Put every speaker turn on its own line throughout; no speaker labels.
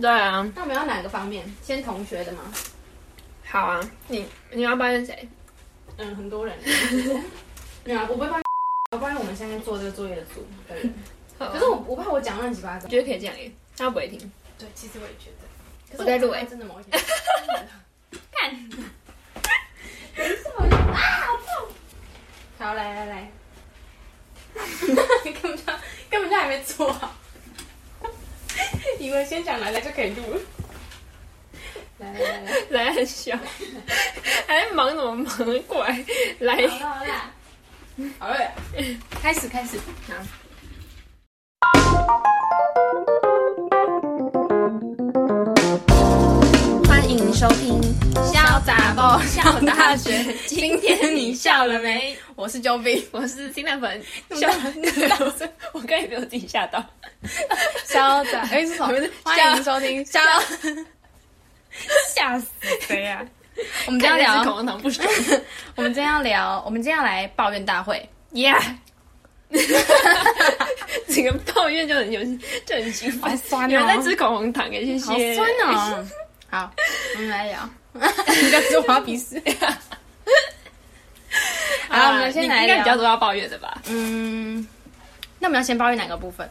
对啊，
那我们要哪个方面？先同学的吗？
好啊，你你要抱怨谁？
嗯，很多人。 没有啊，我不会帮你，我帮我们现在做这个作业的组的人。
好啊
可是我我怕我讲乱七八糟。
觉得可以这样耶，他不会听。
对，其实我也哎觉得。可是
我在录
怕
欸
真的某一天。
看，
啊好，来来 来，根本就根本就还没做好， 以为先讲来来就可以录了。来来来来，
来很小，还在忙什么忙？过来，来，
好了好了，好了，开始开始。
好
欢迎收听《潇洒爆笑
大学》，
今天你笑了没？我是 j 兵。
我是金蛋粉，
么
笑
大，
我刚才被我自己吓到。
潇洒，哎、是什么？欢迎收听潇。
吓死谁啊？
我们
不
今
要
天
聊口
要聊，
红糖不爽。
我们今天要聊，我们今天要来抱怨大会。
Yeah，整个抱怨就很有，就很兴
好
奋。
酸哦
有人在吃口红糖耶，谢谢。
好酸！ 哦！好，我们来聊。 你在说我要鄙视？好，我们先来
应该比较
聊。
多要抱怨的吧？
嗯，那我们要先抱怨哪个部分？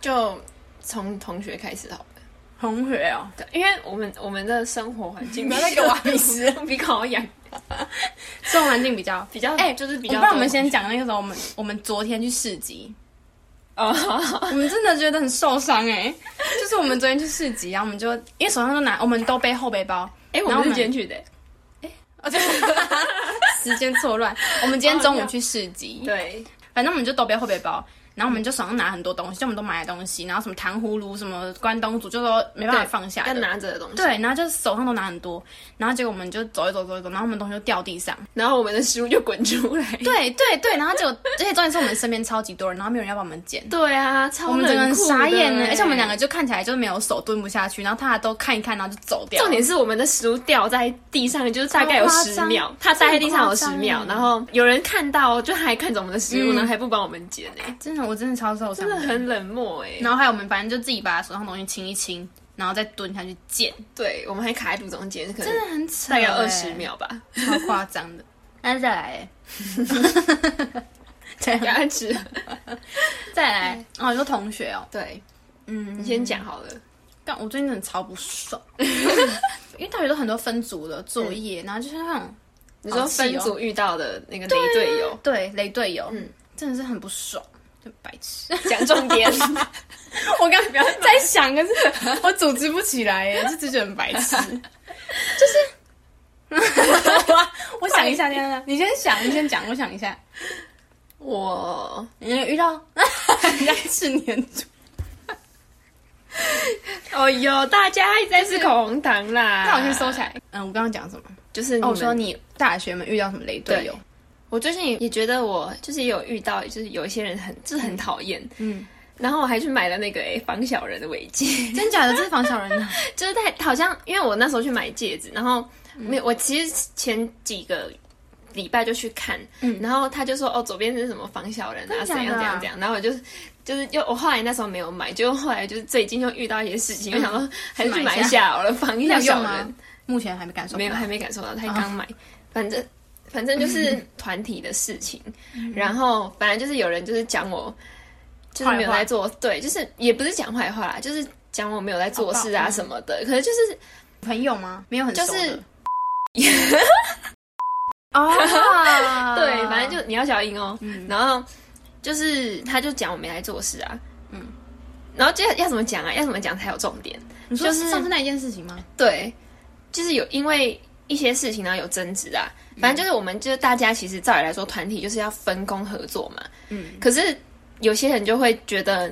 就从同学开始好了。
同学哦，
对，因为我们我们的生活环境
不要再给我挖鼻屎，
比口红痒
生活环境比较
比较，
哎
就是比
我
较。
不然我们先讲那个时候，我们我们昨天去市集，
哦，
我们真的觉得很受伤哎、 就是我们昨天去市集，然后我们就因为手上都拿，我们都背后背包，
哎，我
然后我
们是
们
捡取的，
哦，对， 时间错乱。我们今
哦
天
啊
中午去市集，
对，
反正我们就都背后背包，然后我们就手上拿很多东西，就我们都买的东西，然后什么糖葫芦、什么关东煮，就都没办法
对
放下
要
的。
拿着的东西。
对，然后就手上都拿很多，然后结果我们就走一走走一走，然后我们东西就掉地上。
然后我们的食物就滚出来。
对对对，然后结果，而且重点是我们身边超级多人，然后没有人要帮我们捡。
对啊，超
我们整个人
冷酷
傻眼呢
的，欸
而且我们两个就看起来就是没有手蹲不下去，然后大家都看一看，然后就走掉。
重点是我们的食物掉在地上，就是大概有
超夸
十
张
秒，它掉在地上有
这
十
很夸张
秒，
欸
然后有人看到就还看着我们的食物呢，
嗯
还不帮我们捡哎，
真的，我真的超受伤
真的很冷漠哎。
然后还有我们反正就自己把手上东西清一清，然后再蹲下去捡，
对，我们还卡在路中间，可能
真的很欸扯、
大概有二十，秒吧，
超夸张 的。那再来、
给
欸，再
它吃。
再来哦，你说同学哦，
对，
嗯
你，先讲好了。
但我最近真的超不爽， 因为大学都很多分组的作
嗯
业，然后就是那种
你说
好气哦
分组遇到的那个雷队友，
对雷队友，
嗯
真的是很不爽，就白痴。
讲重点。
我刚不要再想，可是我组织不起来耶，就只觉得很白痴。就是，我想一下，等一下你先想，你先讲，我想一下。
我
你有遇 到人家吃年猪，
哦哟，大家一直在吃口红糖啦。
那我去搜起来。嗯，我刚刚讲什么？
就是你
哦，
们
我说你大学们遇到什么雷队友？
我最近也觉得我就是也有遇到，就是有一些人很就是很讨厌，
嗯，
然后我还去买了那个诶防小人的围巾，
真假的？这是防小人啊呢？
就是在好像因为我那时候去买戒指，然后没有我其实前几个礼拜就去看，
嗯
然后他就说哦左边是什么防小人啊
真的
怎
假的
样怎样怎样，然后我就就是又我后来那时候没有买，就后来就是最近又遇到一些事情，我想说还是去买一下好了，防一下
嗯有
小
用
人
吗。？目前还没感受到，
没有，还没感受到，
哦
他刚买，反正反正就是
嗯
团体的事情，然后反正就是有人就是讲我，就是没有在做，对，就是也不是讲坏话啦，就是讲我没有在做事
好
啊
嗯吧
什么的，可是就是
朋友吗？没有很熟的
就是。
哦，
对，反正就你要小心哦。
嗯
然后就是他就讲我没来做事啊，
嗯
嗯，然后接要怎么讲啊？要怎么讲才有重点？
你说
就是
上次那一件事情吗？
对，就是有因为一些事情然后有争执啊，反正就是我们就是大家其实照理来说，团体就是要分工合作嘛。
嗯，
可是有些人就会觉得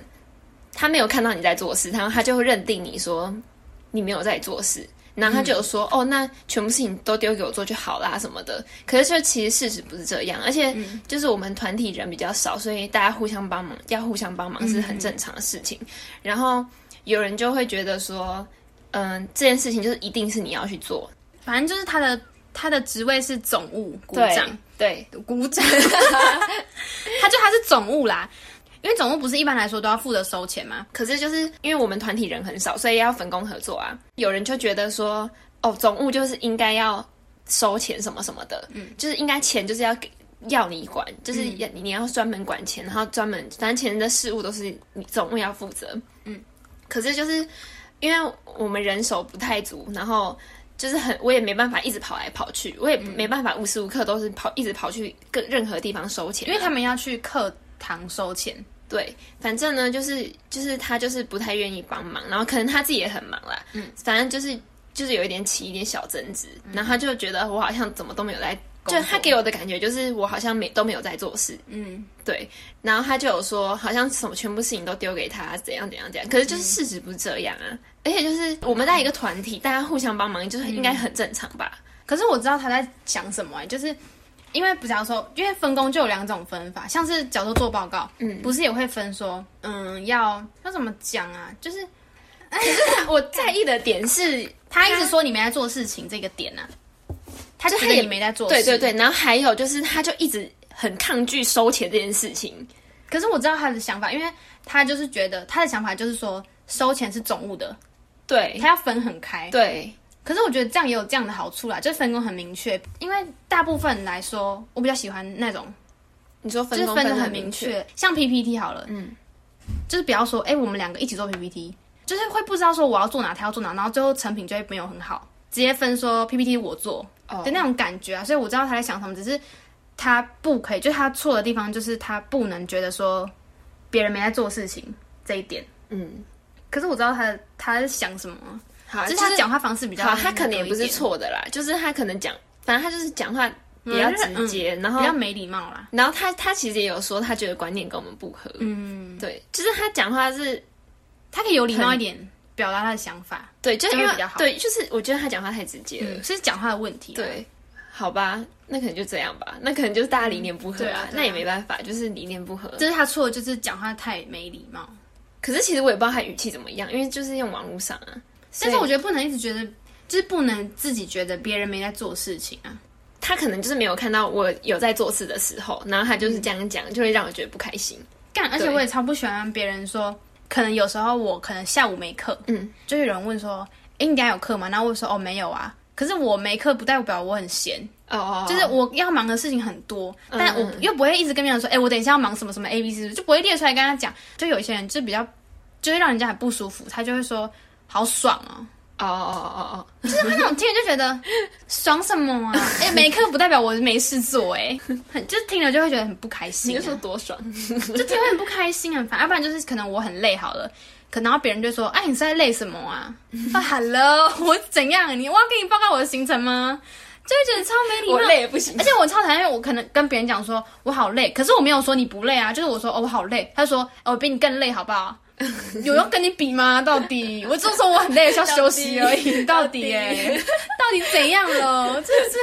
他没有看到你在做事，然后他就会认定你说你没有在做事，然后他就有说、哦，那全部事情都丢给我做就好啦什么的。可是就其实事实不是这样，而且就是我们团体人比较少，所以大家互相帮忙，要互相帮忙是很正常的事情。然后有人就会觉得说。嗯，这件事情就是一定是你要去做，
反正就是他的他的职位是总务股
对
长，
对，
鼓掌，他就他是总务啦。因为总务不是一般来说都要负责收钱吗？
啊可是就是因为我们团体人很少，所以要分工合作啊。有人就觉得说，哦，总务就是应该要收钱什么什么的，嗯，就是应该钱就是要给要你管，就是要
嗯
你你要专门管钱，然后专门反正钱的事务都是你总务要负责，嗯。可是就是因为我们人手不太足，然后。就是很，我也没办法一直跑来跑去，我也
嗯
没办法无时无刻都是跑，一直跑去各任何地方收钱啊、
因为他们要去课堂收钱，
对，反正呢，就是就是他就是不太愿意帮忙，然后可能他自己也很忙啦，嗯，反正就是就是有一点起一点小争执，然后他就觉得我好像怎么都没有在，
工
就
作
他给我的感觉就是我好像没都没有在做事，
嗯，
对，然后他就有说好像什么全部事情都丢给他，怎样怎样怎样，可是就是事实不是这样啊，而且就是我们在一个团体，大家互相帮忙，就是应该很正常吧。
可是我知道他在想什么、欸，就是因为比方说，因为分工就有两种分法，像是假如说做报告，嗯，不是也会分说，嗯，要要怎么讲啊？就是
我在意的点是，
他一直说你没在做事情这个点啊，他
就
觉得你没在做事，
对对。对，然后还有就是，他就一直很抗拒收钱这件事情。
可是我知道他的想法，因为他就是觉得他的想法就是说收钱是总务的，
对
他要分很开。
对，
可是我觉得这样也有这样的好处啦，就是分工很明确。因为大部分来说，我比较喜欢那种
你说分
就是
工
分
分得
的很
很
明
明确，
确，像 PPT 好了，嗯，就是不要说，哎、我们两个一起做 PPT，就是会不知道说我要做哪，他要做哪，然后最后成品就会没有很好，直接分说 PPT 我做
哦
的那种感觉啊。所以我知道他在想什么，只是他不可以，就是他错的地方就是他不能觉得说别人没在做事情这一点。
嗯，
可是我知道他的他在想什么啊，
好，
只
就是
他讲话方式比较
好，啊
那
他可能也
个一
不是
点，
错的啦，就是他可能讲，反正他就是讲话比
嗯
较直接，然后
比较没礼貌啦。
然后他他其实也有说，他觉得观念跟我们不合，
嗯，
对，就是他讲话是。
他可以有礼貌一点表达他的想法，
对，就是因
这
为
样会比较好
对，就是我觉得他讲话太直接了。
嗯，是讲话的问题。。
对，好吧，那可能就这样吧，那可能就是大家理念不合
嗯对啊对啊
那也没办法，就是理念不合。
这是他错，就是讲话太没礼貌。
可是其实我也不知道他语气怎么样，因为就是用网络上啊。
但是我
觉
觉得不能一直觉得，就是不能自己觉得别人没在做事情啊。
得他可能就是没有看到我有在做事的时候，然后他就是这样讲，就会让我觉得不开心。
干，而且
对
我也超不喜欢别人说，可能有时候我可能下午没课，
嗯，
就有人问说，诶，你等一下有课吗？然后我说哦没有啊。可是我没课不代表我很闲，
哦哦，
就是我要忙的事情很多，
嗯
但我
嗯
又不会一直跟别人说，诶，我等一下要忙什么什么 A B C，就不会列出来跟他讲。就有一些人就比较，就会让人家很不舒服，他就会说好爽哦，
哦哦哦哦，
就是那种听了就觉得爽什么啊？哎、没课不代表我没事做、哎，很就是听了就会觉得很不开
你
心、
就
啊，
说多爽，
就听了很不开心，很烦。要不然就是可能我很累好了，可然后别人就说：“哎、你是在累什么啊？” 啊，Hello，我怎样？你我要给你报告我的行程吗？ 就会觉得超没 礼
我
貌。
累也不行
而。且我超讨厌，因为我可能跟别人讲说我好累，可是我没有说你不累啊，就是我说哦我好累，他说哦我比你更累好不 好？有要跟你比吗？到底我就说我很累，需要休息而已。 到底哎、到底怎样 了？我真的是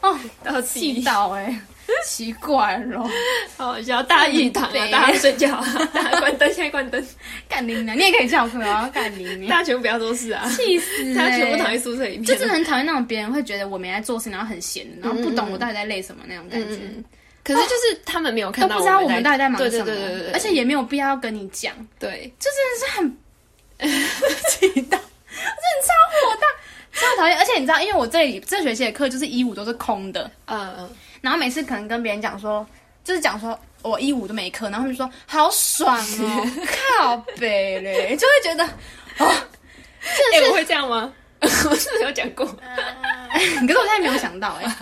哦，
到
气到哎、奇怪咯，
好笑，哦大家一起 躺啊，
对
大家睡觉啊， 大家关灯，现在关灯，
干你娘！你也可以翘课啊，干你 娘！
大家全部不要做事啊，
气死、欸！
大家全部躺在宿舍里面。
就真的很讨厌那种别人会觉得我没在做事，然后很闲，然后不懂我到底在累什么那种感觉。
嗯，可是就是他们没有看
都
到，
不知道我们到底在忙
对
什
对
么，
对对对对，
而且也没有必要跟你讲。
对，
就真的是很 气到，真的超火大，超讨厌。而且你知道，因为我这里这学期的课就是一五都是空的，
嗯，
然后每次可能跟别人讲说，就是讲说我一五都没课，然后他们就说好爽 哦，靠北嘞，就会觉得哦。
哎，我会这呃样吗？ 我是不是有讲过？
可是我现在没有想到哎、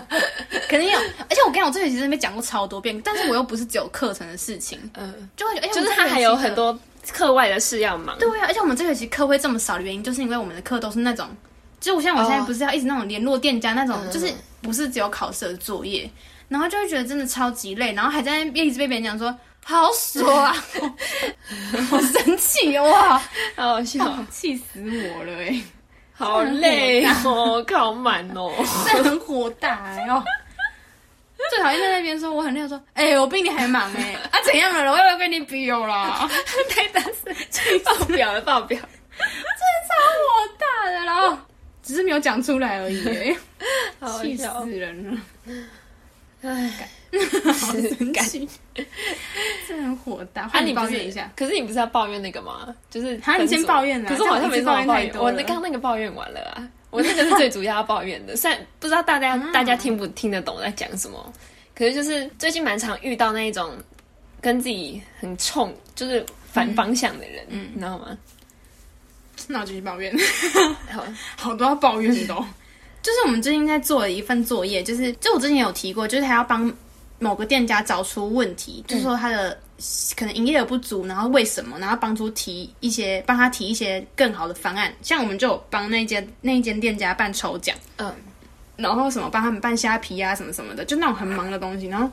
肯定有。而且我跟你讲，我这学期真的被讲过超多遍，但是我又不是只有课程的事情，
嗯，
就会觉得、哎，
就是
我们这
他
学期
还有
的
很多课外的事要忙。
对啊，而且我们这学期课会这么少的原因，就是因为我们的课都是那种，就像我现在不是要一直那种联络店家那种，
哦嗯
就是不是只有考试的作业，然后就会觉得真的超级累，然后还在那边一直被别人讲说好爽 啊，好生气哦哇，
好好笑，
气死我了
欸
哎、
好累哦，看好满哦。
真的很火大哎、哦。最讨厌在那边说我很累，我说哎、我比你还忙哎、 啊怎样了？我要不要跟你比有啦？
太大声，爆表了，爆表！
超火大的啦，然后只是没有讲出来而已、哎
好好
欸气
笑
死人了。
唉，
好生气，真的很火大。
啊，
换
你不
抱
是
怨一下，，
可是你不是要抱怨那个吗？就是
啊你先
分手
抱怨啊
可是我好像没什么好
这样我
抱
一
怨，
直抱怨太多
我
了
那刚刚那个抱怨完了啊，我那个是最主要要抱怨的，虽 然不知道大家大家听不听得懂我在讲什么，可是就是最近蛮常遇到那一种跟自己很冲，就是反方向的人，你知道吗？
那我继续抱怨。
好，
好多要抱怨的、哦。就是我们最近在做的一份作业，就是就我之前有提过，就是他要帮某个店家找出问题，就是说他的可能营业额不足，然后为什么，然后帮助提一些帮他提一些更好的方案。像我们就有帮那间那一间店家办抽奖，
嗯，
然后什么帮他们办虾皮啊什么什么的，就那种很忙的东西。然后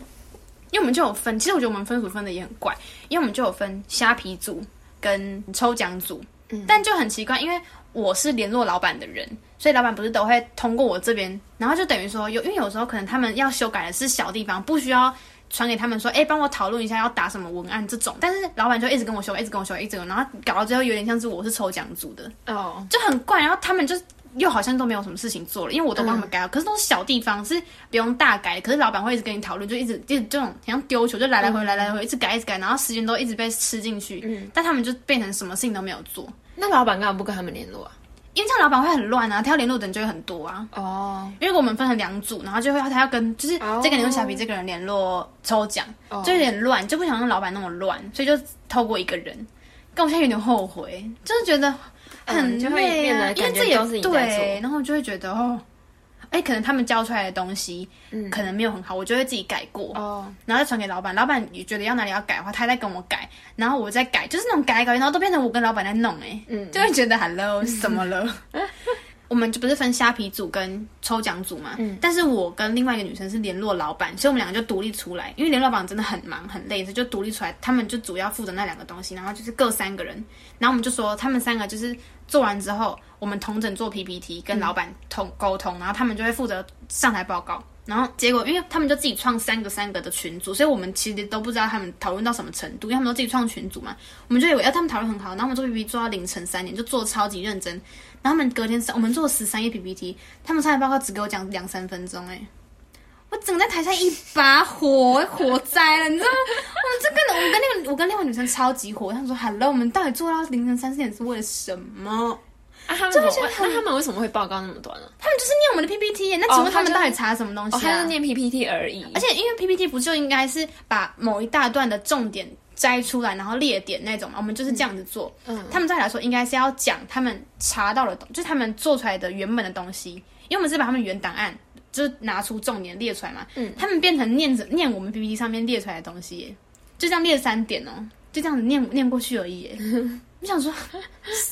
因为我们就有分，其实我觉得我们分组分的也很怪，因为我们就有分虾皮组跟抽奖组，但就很奇怪，因为我是联络老板的人，所以老板不是都会通过我这边，然后就等于说有，因为有时候可能他们要修改的是小地方，不需要传给他们说，哎、帮我讨论一下要打什么文案这种，但是老板就一直跟我修，一直跟我修，一直跟我，然后搞到最后有点像是我是抽奖组的，
哦，
就很怪，然后他们就。又好像都没有什么事情做了，因为我都帮他们改了，可是都是小地方，是不用大改。可是老板会一直跟你讨论，就一直一直这种好像丢球，就来来回来来回一直改一直改，然后时间都一直被吃进去。嗯，但他们就变成什么事情都没有做。
那老板干嘛不跟他们联络啊？
因为这样老板会很乱啊，他要联络的人就会很多啊。
哦，
因为我们分成两组，然后就会他要跟就是
哦
这个人用小皮，这个人联络抽奖，就有点乱，就不想让老板那么乱，所以就透过一个人。但我现在有点后悔，就是觉得很
嗯就会
累
变
啊，
得
因为
感
这
觉
也
都是你在做
对，然后我就会觉得哦，哎，可能他们教出来的东西，
嗯
可能没有很好，我就会自己改过，
哦，
然后再传给老板，老板也觉得要哪里要改的话，他再跟我改，然后我再改，就是那种改来改去，然后都变成我跟老板在弄、哎，
嗯
就会觉得 hello 什么了。 我们就不是分虾皮组跟抽奖组嘛，但是我跟另外一个女生是联络老板，所以我们两个就独立出来，因为联络老板真的很忙很累，所以就独立出来，他们就主要负责那两个东西，然后就是各三个人，然后我们就说他们三个就是做完之后，我们同整做 PPT 跟老板通沟通，然后他们就会负责上台报告。然后结果，因为他们就自己创三个三个的群组，所以我们其实都不知道他们讨论到什么程度，因为他们都自己创群组嘛，我们就以为要哎他们讨论很好，然后我们做 PPT 做到凌晨三点，就做得超级认真。然后他们隔天上，我们做了十三页 PPT，他们上台报告只给我讲两三分钟、哎，我整个在台下一把火，火灾了，你知道吗？我这个我跟那个我跟另外女生超级火，她说 “hello”，我们到底做到凌晨三四点是为了什么？
啊，他们
这
怎
个
么
现在
那他们为什么会报告那么短呢？
他们就是念我们的 PPT，、耶，那请问他们到底查什么东西、
哦，
啊？
他就是念 PPT 而已，
而且因为 PPT 不就应该是把某一大段的重点摘出来，然后列点那种嘛？我们就是这样子做。
嗯
他们再来说应该是要讲他们查到的东，就是他们做出来的原本的东西，因为我们是把他们原档案就是拿出重点列出来嘛。
嗯
他们变成念着念我们 PPT 上面列出来的东西耶，就这样列三点哦，就这样子念念过去而已耶。 我想说，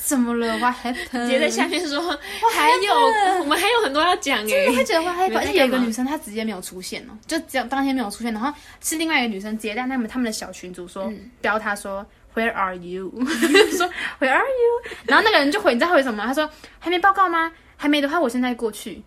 怎么了？What happened？
直接在下面说，还有我们还有很多要讲哎，
会觉得会害怕，
你们在
而且有一个
干嘛
女生她直接没有出现哦，就只有当天没有出现，然后是另外一个女生直接在他们他们的小群组说、
嗯
标她说 Where are you？说 Where are you？然后那个人就回你知道回什么吗？他说还没报告吗？还没的话，我现在过去。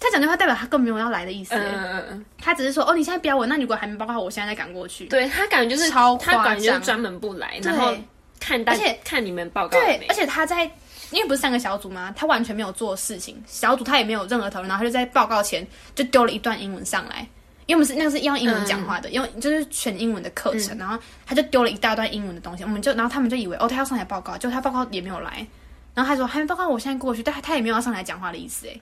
他讲这话代表他根本没有要来的意思、欸
嗯嗯嗯嗯。
他只是说哦，你现在标我，那如果还没报告，我现在再赶过去。
对他感觉就是
超夸张
他感觉就是专门不来，然后看大
而且
看你们报告
对
没，
而且他在，因为不是三个小组吗？他完全没有做事情，小组他也没有任何讨论，然后他就在报告前就丢了一段英文上来，因为我们是那个是要用英文讲话
嗯
的，因为就是全英文的课程，然后他就丢了一大段英文的东西，我们就然后他们就以为哦他要上来报告，结果他报告也没有来，然后他说还没报告，我现在过去，但他他也没有要上来讲话的意思，哎。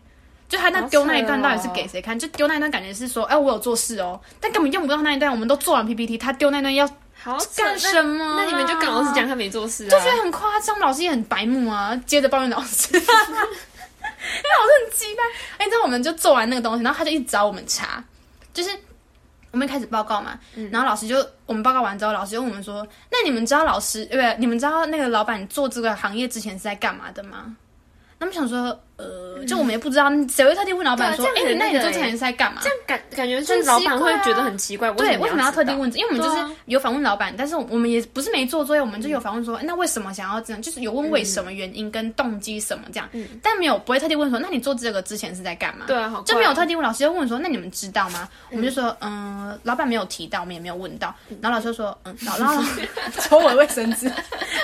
就他那
好
丢那一
扯
段到底是
哦
给谁看？就丢那一段感觉是说，哎、我有做事哦，但根本用不到那一段，我们都做完 PPT，他丢那一段要
好扯
干什么啊
那？那你们就跟老师讲他没做事啊，
就觉得很夸张，老师也很白目啊，接着抱怨老师， 因为老师很鸡巴。哎，你知道我们就做完那个东西，然后他就一直找我们查，就是我们一开始报告嘛，
嗯
然后老师就我们报告完之后，老师就问我们说：“那你们知道老师呃对不对？你们知道那个老板做这个行业之前是在干嘛的吗？”那我们想说，呃，就我们也不知道，谁会特地问老板说：“
对啊
哎、
这样很
你那你
那个
做之前是在干嘛？”
这样感 感觉就是老板会觉得很奇怪，
啊对，为
为
什么要
要
特地
知道？
问这？因为我们就
对
是
啊
有访问老板，但是我们也不是没做作业，我们就有访问说，诶那为什么想要这样？就是有问为什么原因跟动机什么这样，但没有不会特地问说，那你做这个之前是在干嘛？
对啊，好怪
就没有特地问老师，就问说：“那你们知道吗？”我们就说：“哦嗯、老板没有提到，我们也没有问到。”然后老师就说：“嗯，老然后老 抽我的卫生纸，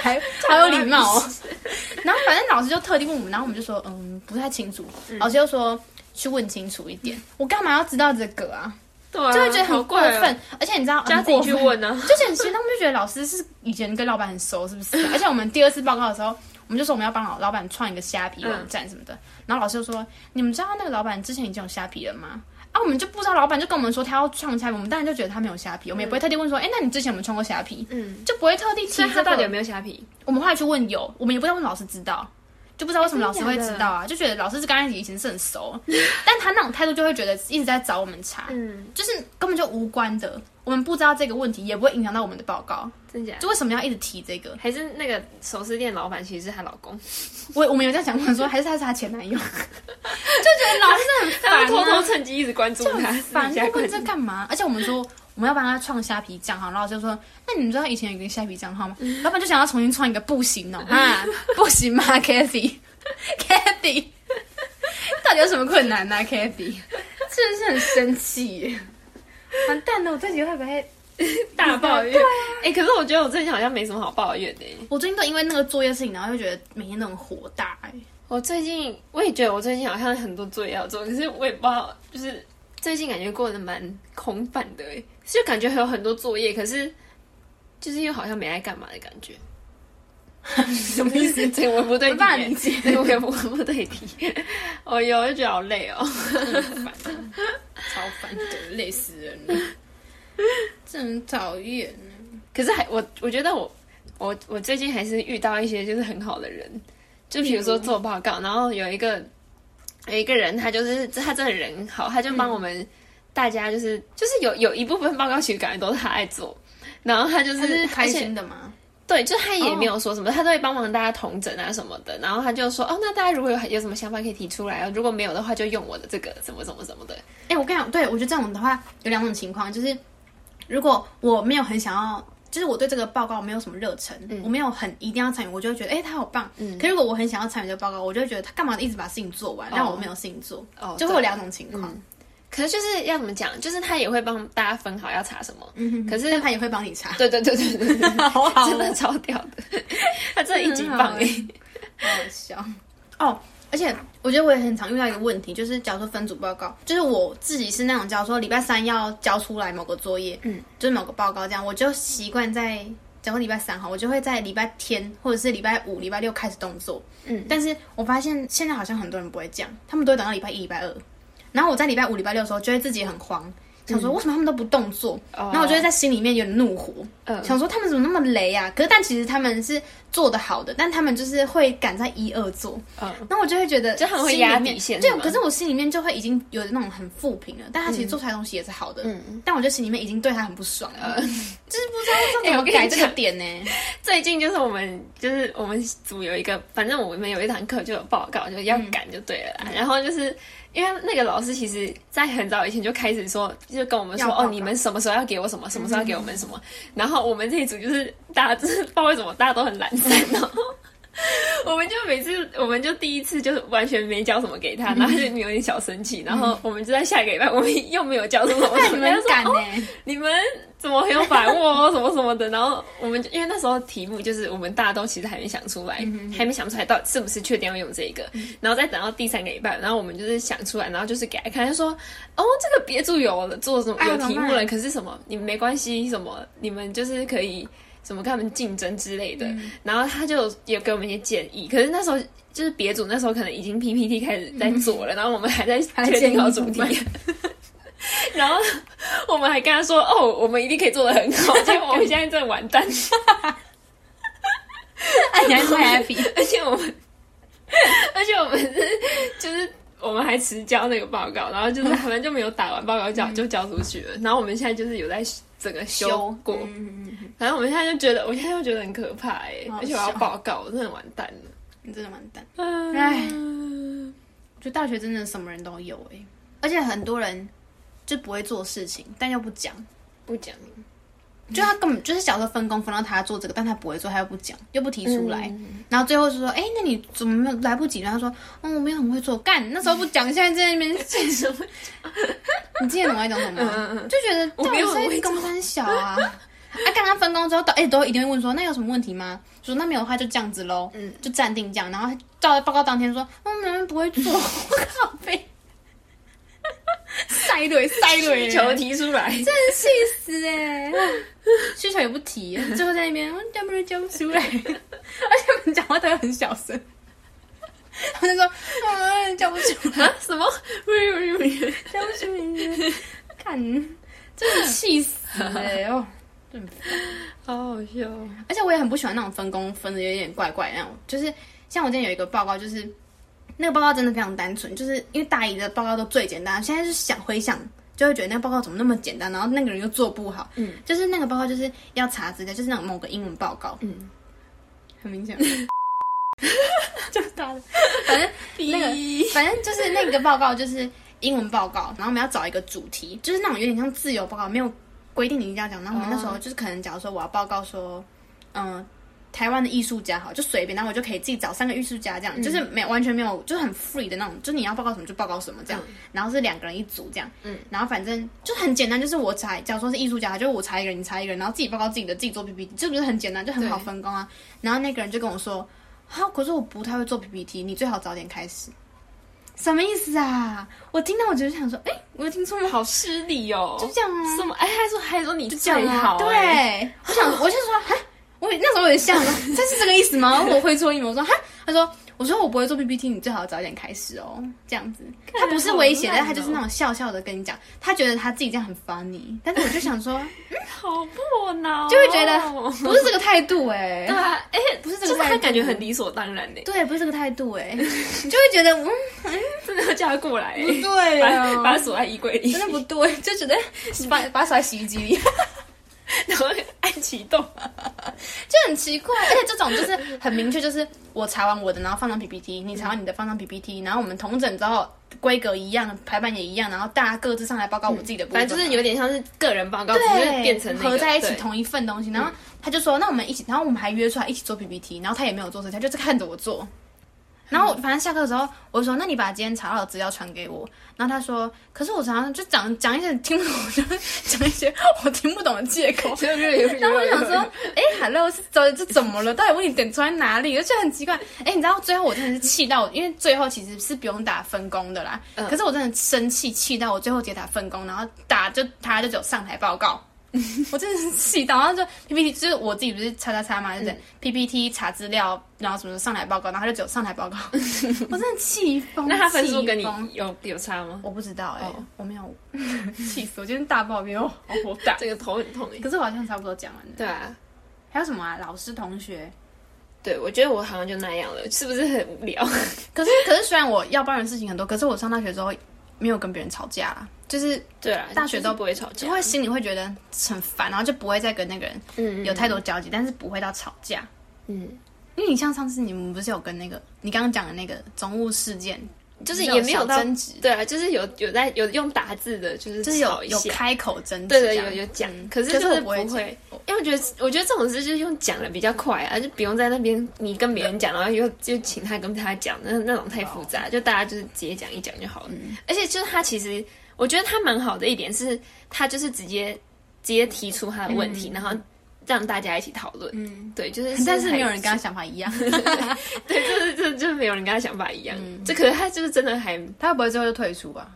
还好有礼貌、哦。”然后反正老师就特地问我们，然后我们就说：“嗯嗯，不太清楚。老师就说：“去问清楚一点，我干嘛要知道这个啊？”
对啊，
就会觉得
好
很过
怪哦
分。而且你知道，
就要
很
自己
过
去
分
问啊。
就是很奇，他们就觉得老师是以前跟老板很熟，是 不是？而且我们第二次报告的时候，我们就说我们要帮老老板创一个虾皮
嗯
网站什么的，然后老师就说：“你们知道那个老板之前已经有虾皮了吗？”啊，我们就不知道，老板就跟我们说他要创虾皮，我们当然就觉得他没有虾皮，我们也不会特地问说：“哎、那你之前有没有创过虾皮？”
嗯，
就不会特地提
所以
这
他
个
到底有没有虾皮？
我们后来去问有，我们也不知道为什么老师知道，就不知道为什么老师会
真的假
知
的
道啊，就觉得老师是刚开始以前是很熟， 但他那种态度就会觉得一直在找我们茬，
嗯，
就是根本就无关的，我们不知道这个问题，也不会影响到我们的报告，
真假？
就为什么要一直提这个？
还是那个首饰店老板其实是她老公，
我我们有这样想过说，还是他是她前男 友，就觉得老师真的 很
他
烦、啊，
会偷偷趁机一直关注
就
她，
很烦，
私
就
下
问
关注
这干嘛？而且我们说我们要帮他创虾皮账号，然后老师就说：“那你们知道以前有一个虾皮账号吗？”老板就想要重新创一个，不行哦，啊， 不行吗？Kathy，Kathy，到底有什么困难呢、啊、？Kathy，真的 是很生气耶，完蛋了，我这集会不会？
大抱怨。哎、啊可是我觉得我最近好像没什么好抱怨的、欸
我最近都因为那个作业事情，然后就觉得每天都很火大 哎。
我最近我也觉得我最近好像很多作业要做，可是我也不知道，就是最近感觉过得蛮空泛的、欸，就感觉还有很多作业，可是就是又好像没爱干嘛的感觉。什么意思？ 这个我不对
没
题、
办法
欸
理解
这个我也不不对题。 哦哟，就觉得好累哦。
很烦，超烦的，累死人 了，真讨厌。
可是还我我觉得我我我最近还是遇到一些就是很好的人，就比如
嗯
说做报告，然后有一个有一个人他就是他真的人好，他就帮我
嗯
们大家就是、就是有有一部分报告其实感觉都是他在做。然后他就
他
是
是开
而且
心的哦吗？
对，就他也没有说什么，他都会帮忙大家统整啊什么的。然后他就说，哦，那大家如果有有什么想法可以提出来哦，如果没有的话就用我的这个什么什么什么的。
哎、我跟你讲，对我觉得这种的话有两种情况，就是如果我没有很想要，就是我对这个报告没有什么热忱，我没有很一定要参与，我就会觉得哎、他好棒。可是如果我很想要参与这个报告，我就会觉得他干嘛一直把事情做完，让我没有事情做，
哦
就会
对
有两种情况。
可是就是要怎么讲，就是他也会帮大家分好要查什么。嗯可是
但他也会帮你查，
对对对对对对，
好好哦
真的超屌的， 他真的一级棒哎、
嗯好好笑哦。而且我觉得我也很常遇到一个问题，就是假如说分组报告，就是我自己是那种，假如说礼拜三要交出来某个作业，嗯，就是某个报告这样，我就习惯在，假如说礼拜三哈，我就会在礼拜天或者是礼拜五、礼拜六开始动作，嗯，但是我发现现在好像很多人不会这样，他们都会等到礼拜一、礼拜二，然后我在礼拜五、礼拜六的时候就会自己很慌，想说为什么他们都不动作，然后我就会在心里面有点怒火，
呃嗯
想说他们怎么那么雷啊？可是但其实他们是做的好的，但他们就是会赶在一二做，
嗯
那我就会觉得
就他们会
心里面
压底线
对
是，吗
可是我心里面就会已经有那种很负评了，但他其实做出来的东西也是好的，
嗯
但我就心里面已经对他很不爽 了，就是不知道这怎
哎
么
我跟你
改这个
讲
点呢、
最近就是我们就是我们组有一个，反正我们有一堂课就有报告，就要赶就对了啦。然后就是因为那个老师其实在很早以前就开始说，就跟我们说
要报
哦，
告
你们什么时候要嗯给我什么，什么时候要给我们什么。然后我们这一组就是大家就是不知道为什么大家都很懒 散，然后。我们就每次，我们就第一次就是完全没交什么给他，然后他就有点小生气，然后我们就在下个礼拜，我们又没有交什么，
哎那
然
你
嗯 后
们
他就说
敢呢、
你们怎么很有把握哦，什么什么的。然后我们就因为那时候题目就是我们大家都其实还没想出
嗯
来，还没想出来到底是不是确定要用这个，然后再等到第三个礼拜，然后我们就是想出来，然后就是给他看，他说哦，这个别组有了做什么
哎
有
怎么
题目
办
了，可是什么你们没关系，什么你们就是可以。什么跟他们竞争之类的，
嗯
然后他就也给我们一些建议。可是那时候就是别组那时候可能已经 PPT 开始在做了，然后我们还在
嗯还在
确定好
建
主
议
题， 然后我们还跟他说：“哦，我们一定可以做的很 好。”结果我们现在真的完蛋，
哎，你还 是 happy，
而且我们，而且我们是就是我们还迟交那个报告，然后 就是可能就没有打完报告
嗯
交就交出去了。然后我们现在就是有在整个 修过，
嗯嗯嗯，
反正我们现在就觉得，我现在就觉得很可怕哎、
好
而且我要
笑
报告，我真的完蛋了。
你嗯真的完蛋。
唉
唉，我觉得大学真的什么人都有哎、而且很多人就不会做事情，但又不讲，
不讲
就他根本就是小时候分工分到他做这个，但他不会做，他又不讲，又不提出来，
嗯
然后最后就说：“哎、那你怎么没有来不及？”然后他说：“嗯，我没有很会做，干那时候不讲，现在 在那边
什么？
你之前懂我懂什么？
嗯嗯
就觉得
我没有
到底
很会
在
做
公三小啊。”啊，刚刚分工之后，到哎、都一定会问说，那有什么问题吗？说那没有的话就这样子喽，嗯，就暂定这样。然后哦 到了报告当天说，我、嗯、明明不会做，我靠背，傻塞蕊塞蕊，
需求提出来，
真是气死哎、需求也不提，最后在那边我能不能教不出来，而且我们讲话都会很小声。他们就说：“嗯，叫不出来，
什么？
叫不出来，看，真的气死哎、哦，真的很烦
好好笑。
而且我也很不喜欢那种分工分的有点怪怪那种，就是像我之前有一个报告，就是那个报告真的非常单纯，就是因为大一的报告都最简单，现在是想回想就会觉得那个报告怎么那么简单，然后那个人又做不好，
嗯，
就是那个报告就是要查资料，就是那种某个英文报告，
嗯，
很明显，就是他的，反正那个反正就是那个报告就是英文报告，然后我们要找一个主题，就是那种有点像自由报告，没有规定你一定要讲。然后我们那时候就是可能，假如说我要报告说，嗯、台湾的艺术家好，就随便，然后我就可以自己找三个艺术家这样，就是
嗯
没有完全没有，就是很 free 的那种，就是你要报告什么就报告什么这样，然后是两个人一组这样，
嗯，
然后反正就很简单，就是我查，假如说是艺术家，就是我查一个人，你查一个人，然后自己报告自己的，自己做 PPT，这不是很简单，就很好
对
分工啊。然后那个人就跟我说，好，啊可是我不太会做 PPT，你最好早点开始。什么意思啊？我听到我就想说，哎、我有听错吗？
好失礼哦，
就这样啊，
什么？哎，还说还说你
这样
最
啊
好，哎，
对，我想我就说，哈，我那时候有点像，这是这个意思吗？我会错意吗？我说哈，他说，我说我不会做 PPT，你最好早点开始哦，这样子。他不是威胁，
好烂
但
哦
他就是那种笑笑的跟你讲，他觉得他自己这样很 funny，但是我就 想说，
哦好不恼哦，
就会觉得不是这个态度哎、
对啊，哎，
不是这
就
个
是
态度，
他感觉很理所当然呢，
对，不是这个态度哎、你就会觉得嗯
真的要叫他过来，
不对
把他把
啊
他，锁在衣柜里
真，的不对，就觉得把把它甩在洗衣机里。
然后按启动，
就很奇怪，而且这种就是很明确，就是我查完我的，然后放上 PPT，你查完你的放上 PPT，然后我们同整之后规格一样，排版也一样，然后大家各自上来报告我自己的部分
反
嘛，
正就是有点像是个人报告，只是
对
变成那个
合在一起
对
同一份东西。然后他就说，那我们一起，然后我们还约出来一起做 PPT，然后他也没有做，所以他就是看着我做。然后我反正下课的时候，我就说：“那你把今天查到的资料传给我。”然后他说：“可是我常常就讲讲一些听不懂，就是讲一些我听不懂的借口。”然
然
后我就想说，哎、h e l l o 是怎这怎么了？到底问题点出在哪里？我就觉得很奇怪。哎、你知道最后我真的是气到，因为最后其实是不用打分工的啦。
嗯
可是我真的生气，气到我最后直接打分工，然后打就他就只有上台报告。 我真的是气到，然后就 PPT 就是我自己不是叉叉叉嘛，
嗯
就是 PPT 查资料，然后什么上台报告，然后他就只有上台 报告，我真的气疯。
那他分数
气
跟你
疯
有有差吗？
我不知道哎、
哦
我没有 气死我，今天大爆飙，哦好火大。
这个头很痛哎。
可是我好像差不多讲完了。
对啊，
还有什么啊？老师、同学。
对，我觉得我好像就那样了，是不是很无聊？
可是，可是虽然我要帮人事情很多，可是我上大学之后没有跟别人吵架啦，就是
对啊，
大学都
就是不会吵
就
架，
会心里会觉得很烦，然后就不会再跟那个人
嗯
有太多交集，但是不会到吵架。
嗯，
因为你像上次你们不是有跟那个你刚刚讲的那个总务事件，
就是也没有
小
到
争执，
对啊，就是有有在有用打字的，就是
就是有
吵一
有
下，
开口争执
对
这
对，
样，
有有讲
嗯，
可是
可
就是是
我不
不
会
会。因为我觉得，我觉得这种事就是用讲的比较快啊，就不用在那边你跟别人讲，然后又就请他跟他讲，那那种太复杂，就大家就是直接讲一讲就好了。而且就是他其实，我觉得他蛮好的一点是，他就是直接直接提出他的问题，然后让大家一起讨论。嗯，对，就是
但是没有人跟他
还
想法一样，
对， 就是就是就是没有人跟他想法一样。这可是他就是真的还
他会不会最后就退出吧？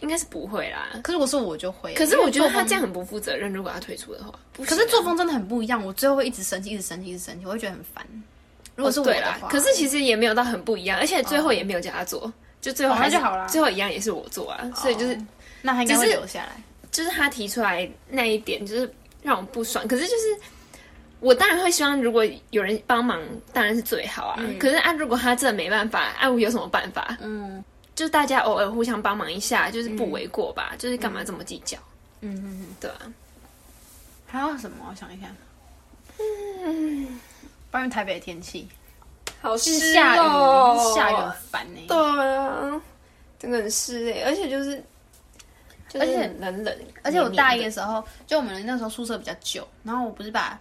应该是不会啦。
可是我说我就会，啊
可是我觉得他
因为作风
这样很不负责任，如果他退出的话，不
可
行
是
啊
作风真的很不一样，我最后会一直生气，一直生气，一直生气，我会觉得很烦。如果是我
哦对
的
啦
话，，
可是其实也没有到很不一样，而且最后也没有叫他做，哦就最后
哦
还是、
那就好啦
最后一样也是我做啊，所以就是
哦那他应该会
只是
留下来。
就是他提出来那一点，就是让我不爽。可是就是我当然会希望，如果有人帮忙，当然是最好啊。可是啊，如果他真的没办法，啊，我有什么办法？
嗯
就是大家偶尔互相帮忙一下，就是不为过吧。就是干嘛这么计较？
嗯嗯嗯，
对啊，
还有什么？我想一下。嗯，关于台北的天气，
好
嗯
哦
就是哦下雨，下雨很烦欸呢、
对啊，真的很湿哎、而且就是。而且冷冷，
而且我大一
黏黏
的
的
时候，就我们那时候宿舍比较久，然后我不是把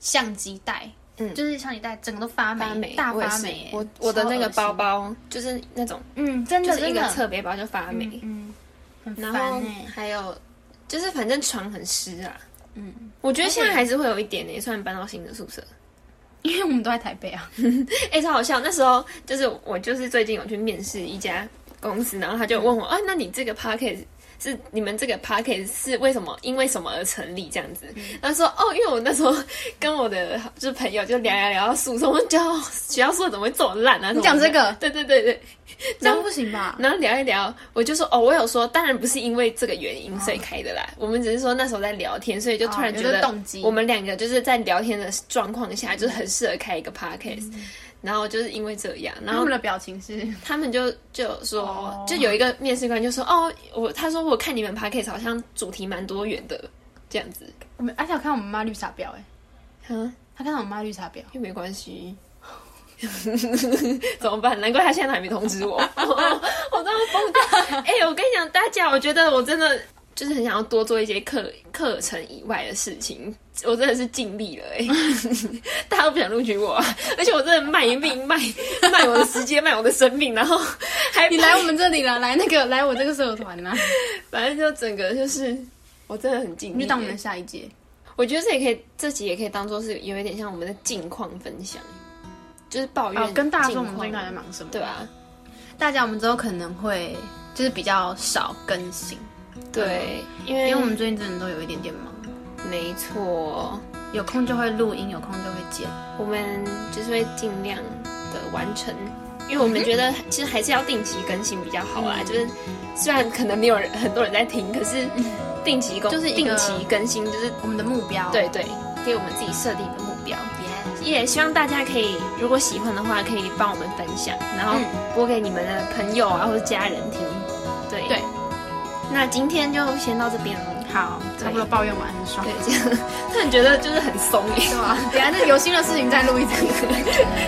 相机袋，
嗯
就是相机袋整个都发霉，
发霉，
哎大
我也
发
是
霉欸、
我我的那个包
超恶
包就是那种，
心，嗯，真
就
的
是一
真
个
的
侧背包就发霉，
嗯，很
然
烦欸
后
呢、
还有就是反正床很湿啊。
嗯，
我觉得现在还是会有一点呢、欸虽然搬到新的宿舍。
因为我们都在台北啊，
哎、超好笑！那时候
嗯
就是我就是最近有去面试一家公司，然后他就问我，啊，那你这个 p o c k e t 是你们这个 p o c k e t 是为什么因为什么而成立这样子。
嗯
他说哦，因为我那时候跟我的就是朋友就聊聊聊到诉讼，我就觉得哦学校说怎么会这么烂啊？
你讲这个
什么的对对对对，
这样不行吧？
然后聊一聊，我就说哦，我有说，当然不是因为这个原因所以开的啦，我们只是说那时候在聊天，所以就突然
哦哦有
觉
这
得
动机
我们两个就是在聊天的状况下，就是很适合
嗯
开一个 podcast、然后就是因为这样，然
然后
后
我们的表情是
他们就就说，
哦
就有一个面试官就说，哦，我他说我看你们 podcast 好像主题蛮多元的，这样子，
我们，而且我看我们妈绿茶婊哎、
嗯，
她看到我妈绿茶婊，
又没关系。 怎么办？难怪他现在还没通知我， 我我真的疯掉！哎、我跟你讲，大家，我觉得我真的就是很想要多做一些课课程以外的事情，我真的是尽力了哎、 大家都不想录取我、啊，而且我真的卖命卖卖我的时间，卖我的生命，然后还
你来我们这里了，来那个来我这个社团啊啦，
反正就整个就是，我真的很尽
你
力。
就当我们的下一届。
我觉得这也可以，这集也可以当做是有一点像我们的近况分享，就是抱怨、
哦，跟大众我们最
近
近到
况，
底在
啊
忙什么？
对吧？
大家我们之后可能会就是比较少更新，
对，啊因
因
为
为我们最近真的都有一点点忙，
没错，
有空就会录音，有空就会剪。
我们就是会尽量的完成，因为
嗯
我们觉得其实还是要定期更新比较好啦。就是虽然可能没有人很多人在听，可是定期更
嗯就是一
定
个
期更新，就是
我们的目标
对对，给我们自己设定的目标。也希望大家可以，如果喜欢的话，可以帮我们分享，然后
嗯
播给你们的朋友啊或者家人听。对
对，
那今天就先到这边了。
好，差不多抱怨完很爽
对。，这样 突然觉得就是很松耶，
对啊吧？等一下那有新的事情再录一次。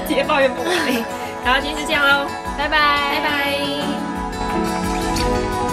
直接抱怨不完耶。然后今天就这样喽，拜拜，拜拜。